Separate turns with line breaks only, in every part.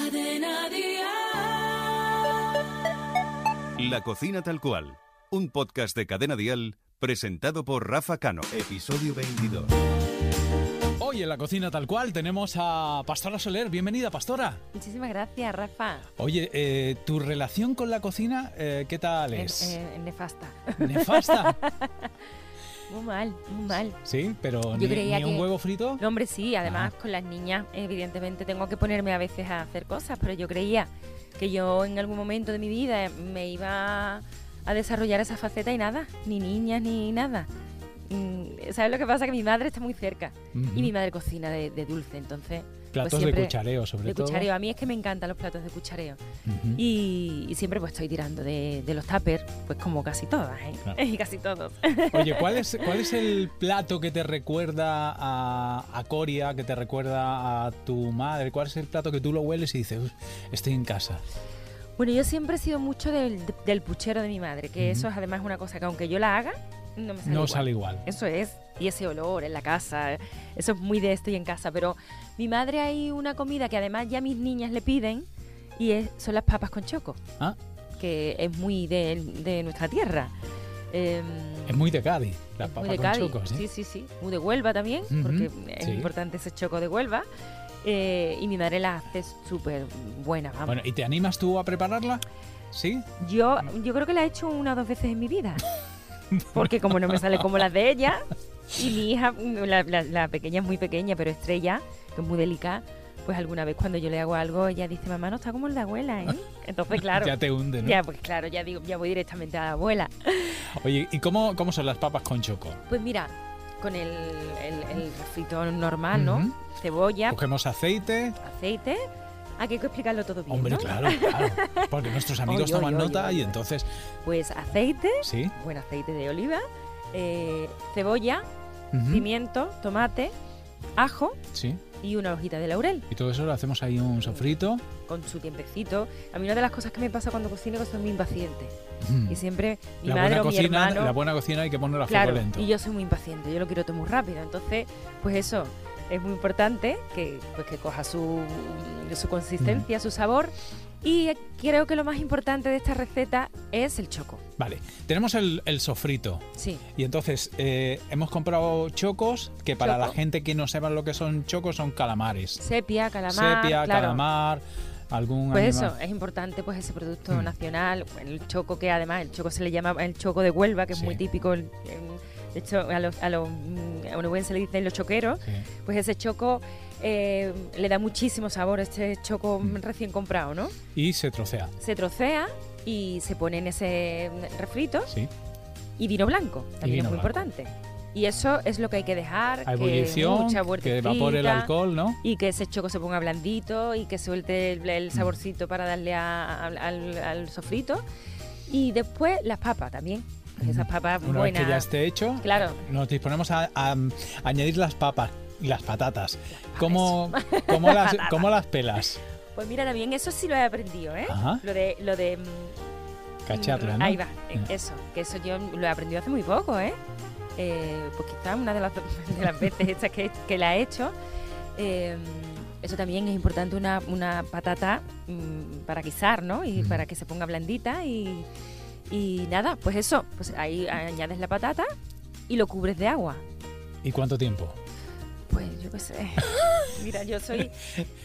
Cadena Dial.
La cocina tal cual. Un podcast de Cadena Dial presentado por Rafa Cano. Episodio 22.
Hoy en la cocina tal cual tenemos a Pastora Soler. Bienvenida, Pastora.
Muchísimas gracias, Rafa.
Oye, eh, tu relación con la cocina, eh, ¿qué tal es?
Eh, nefasta.
¿Nefasta?
Muy mal, muy mal.
Sí, pero Yo ni, creía ni un que... huevo frito.
No, hombre, sí, además ah. con las niñas, evidentemente tengo que ponerme a veces a hacer cosas, pero yo creía que yo en algún momento de mi vida me iba a desarrollar esa faceta y nada, ni niñas ni nada. Mm, ¿Sabes lo que pasa? Que mi madre está muy cerca uh -huh. y mi madre cocina de, de dulce, entonces...
Platos pues siempre, de cuchareo, sobre
de
todo.
cuchareo. A mí es que me encantan los platos de cuchareo. Uh -huh. y, y, siempre pues estoy tirando de, de los tuppers, pues como casi todas, ¿eh? Claro. Y casi todos.
Oye, ¿cuál es, ¿cuál es el plato que te recuerda a, a, Coria, que te recuerda a tu madre? ¿Cuál es el plato que tú lo hueles y dices, estoy en casa?
Bueno, yo siempre he sido mucho del, del puchero de mi madre, que uh -huh. eso es además una cosa que aunque yo la haga, no me sale,
no
igual.
sale igual.
Eso es. Y ese olor en la casa, eso es muy de estoy en casa. Pero mi madre hay una comida que además ya mis niñas le piden y es, son las papas con choco.
Ah.
Que es muy de, de nuestra tierra. Eh,
es muy de Cádiz, las papas
muy de
con ¿eh?
Cádiz,
choco.
¿sí? sí, sí, sí. Muy de Huelva también, uh -huh, porque es sí. importante ese choco de Huelva. Eh, y mi madre la hace súper buena, vamos.
Bueno, ¿y te animas tú a prepararla? ¿Sí?
Yo, yo creo que la he hecho una o dos veces en mi vida. porque como no me sale como las de ella, y mi hija, la, la, la, pequeña es muy pequeña, pero estrella, que es muy delicada, pues alguna vez cuando yo le hago algo, ella dice, mamá, no está como el de abuela, ¿eh? Entonces, claro.
ya te hunde, ¿no?
Ya, pues claro, ya, digo, ya voy directamente a la abuela.
Oye, ¿y cómo, cómo son las papas con choco?
Pues mira, con el, el, el frito normal, ¿no? Uh -huh. Cebolla.
Cogemos aceite.
Aceite. Aquí hay que explicarlo todo bien.
Hombre,
¿no?
claro, claro. Porque nuestros amigos oye, toman oye, nota oye, y entonces.
Pues aceite,
¿Sí?
buen aceite de oliva, eh, cebolla, uh -huh. pimiento, tomate, ajo
¿Sí?
y una hojita de laurel.
Y todo eso lo hacemos ahí un sofrito.
Con su tiempecito. A mí una de las cosas que me pasa cuando cocino es que soy muy impaciente. Mm. Y siempre mi
la
madre
buena
o
cocina,
mi hermano,
La buena cocina hay que ponerla a
claro,
fuego lento.
Y yo soy muy impaciente, yo lo quiero todo muy rápido. Entonces, pues eso, es muy importante que, pues, que coja su, su consistencia, mm. su sabor. Y creo que lo más importante de esta receta es el choco.
Vale, tenemos el, el sofrito.
Sí.
Y entonces eh, hemos comprado chocos, que para
Choco.
la gente que no sepa lo que son chocos son calamares.
Sepia, calamar.
Sepia,
claro.
calamar. Algún
pues
animal.
eso, es importante pues ese producto mm. nacional, el choco que además el choco se le llama el choco de Huelva, que sí. es muy típico el, el, de hecho, a los, a los mm, a un buen se le dicen los choqueros, sí. pues ese choco eh, le da muchísimo sabor, este choco mm. recién comprado, ¿no?
Y se trocea.
Se trocea y se pone en ese refrito.
Sí.
Y vino blanco,
vino
también es muy
blanco.
importante. Y eso es lo que hay que dejar.
A ebullición,
que,
que evapore el alcohol, ¿no?
Y que ese choco se ponga blandito y que suelte el, el saborcito mm. para darle a, a, al, al sofrito. Y después las papas también esas papas
Mm. Una
buenas.
Vez que ya esté hecho,
claro.
nos disponemos a, a, a añadir las papas y las patatas. ¿Cómo, cómo, las, las ¿Cómo, las, pelas?
Pues mira, también eso sí lo he aprendido, ¿eh?
Ajá.
Lo de... Lo de mm,
Cacharla, ¿no?
Ahí va, eh, eso, que eso yo lo he aprendido hace muy poco, ¿eh? eh pues quizás una de las, de las veces estas que, que, la he hecho. Eh, eso también es importante, una, una patata mmm, para guisar, ¿no? Y mm. para que se ponga blandita y, y nada, pues eso, pues ahí añades la patata y lo cubres de agua.
¿Y cuánto tiempo?
Pues yo qué sé. Mira, yo soy,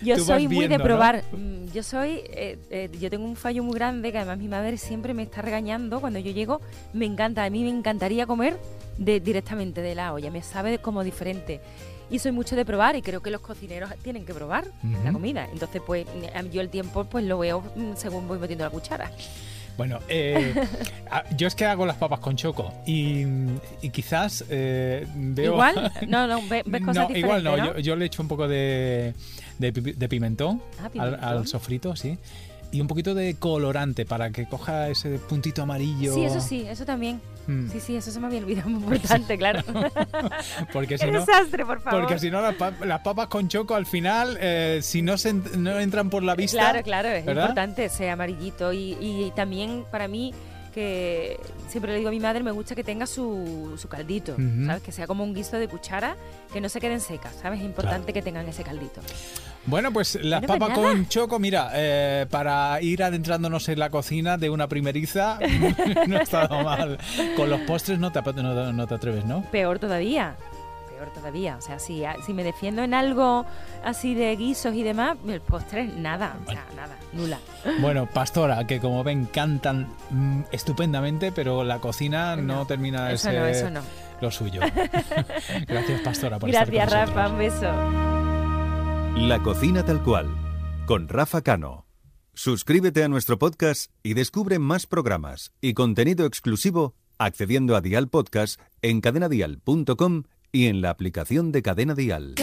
yo soy muy viendo, de probar. ¿no? Yo soy, eh, eh, yo tengo un fallo muy grande que además mi madre siempre me está regañando cuando yo llego. Me encanta, a mí me encantaría comer de, directamente de la olla. Me sabe como diferente y soy mucho de probar y creo que los cocineros tienen que probar uh -huh. la comida. Entonces, pues yo el tiempo pues lo veo según voy metiendo la cuchara.
Bueno, eh, yo es que hago las papas con choco y, y quizás eh, veo...
¿Igual? No, no, ves cosas
no, Igual no,
no,
Yo, yo le echo un poco de, de, de pimentón,
ah, pimentón.
Al, al sofrito, sí y un poquito de colorante para que coja ese puntito amarillo.
Sí, eso sí, eso también. Mm. Sí, sí, eso se me había olvidado, muy importante, claro.
porque
si
no,
desastre, por favor.
Porque si no, las, pap las papas con choco al final, eh, si no, se ent no entran por la vista.
Eh, Claro, claro, es
¿verdad?
importante ese amarillito y, y, y, también para mí que siempre le digo a mi madre me gusta que tenga su, su caldito, uh -huh. ¿sabes? Que sea como un guiso de cuchara, que no se queden secas, ¿sabes? Es importante claro. que tengan ese caldito.
Bueno, pues las
Bueno, pues
papas
nada.
con choco, mira, eh, para ir adentrándonos en la cocina de una primeriza, no ha estado mal. Con los postres no te, ap- no- no te atreves, ¿no?
Peor todavía. Peor todavía. O sea, si, a- si me defiendo en algo así de guisos y demás, el postre, nada. O sea, nada. Nula.
Bueno, Pastora, que como ven cantan mm, estupendamente, pero la cocina no,
No,
termina de
Eso
ser
no, eso no.
lo suyo. Gracias, Pastora, por estar
Gracias,
con nosotros.
Rafa. Un beso.
La cocina tal cual, con Rafa Cano. Suscríbete a nuestro podcast y descubre más programas y contenido exclusivo accediendo a Dial Podcast en cadenadial.com y en la aplicación de Cadena Dial.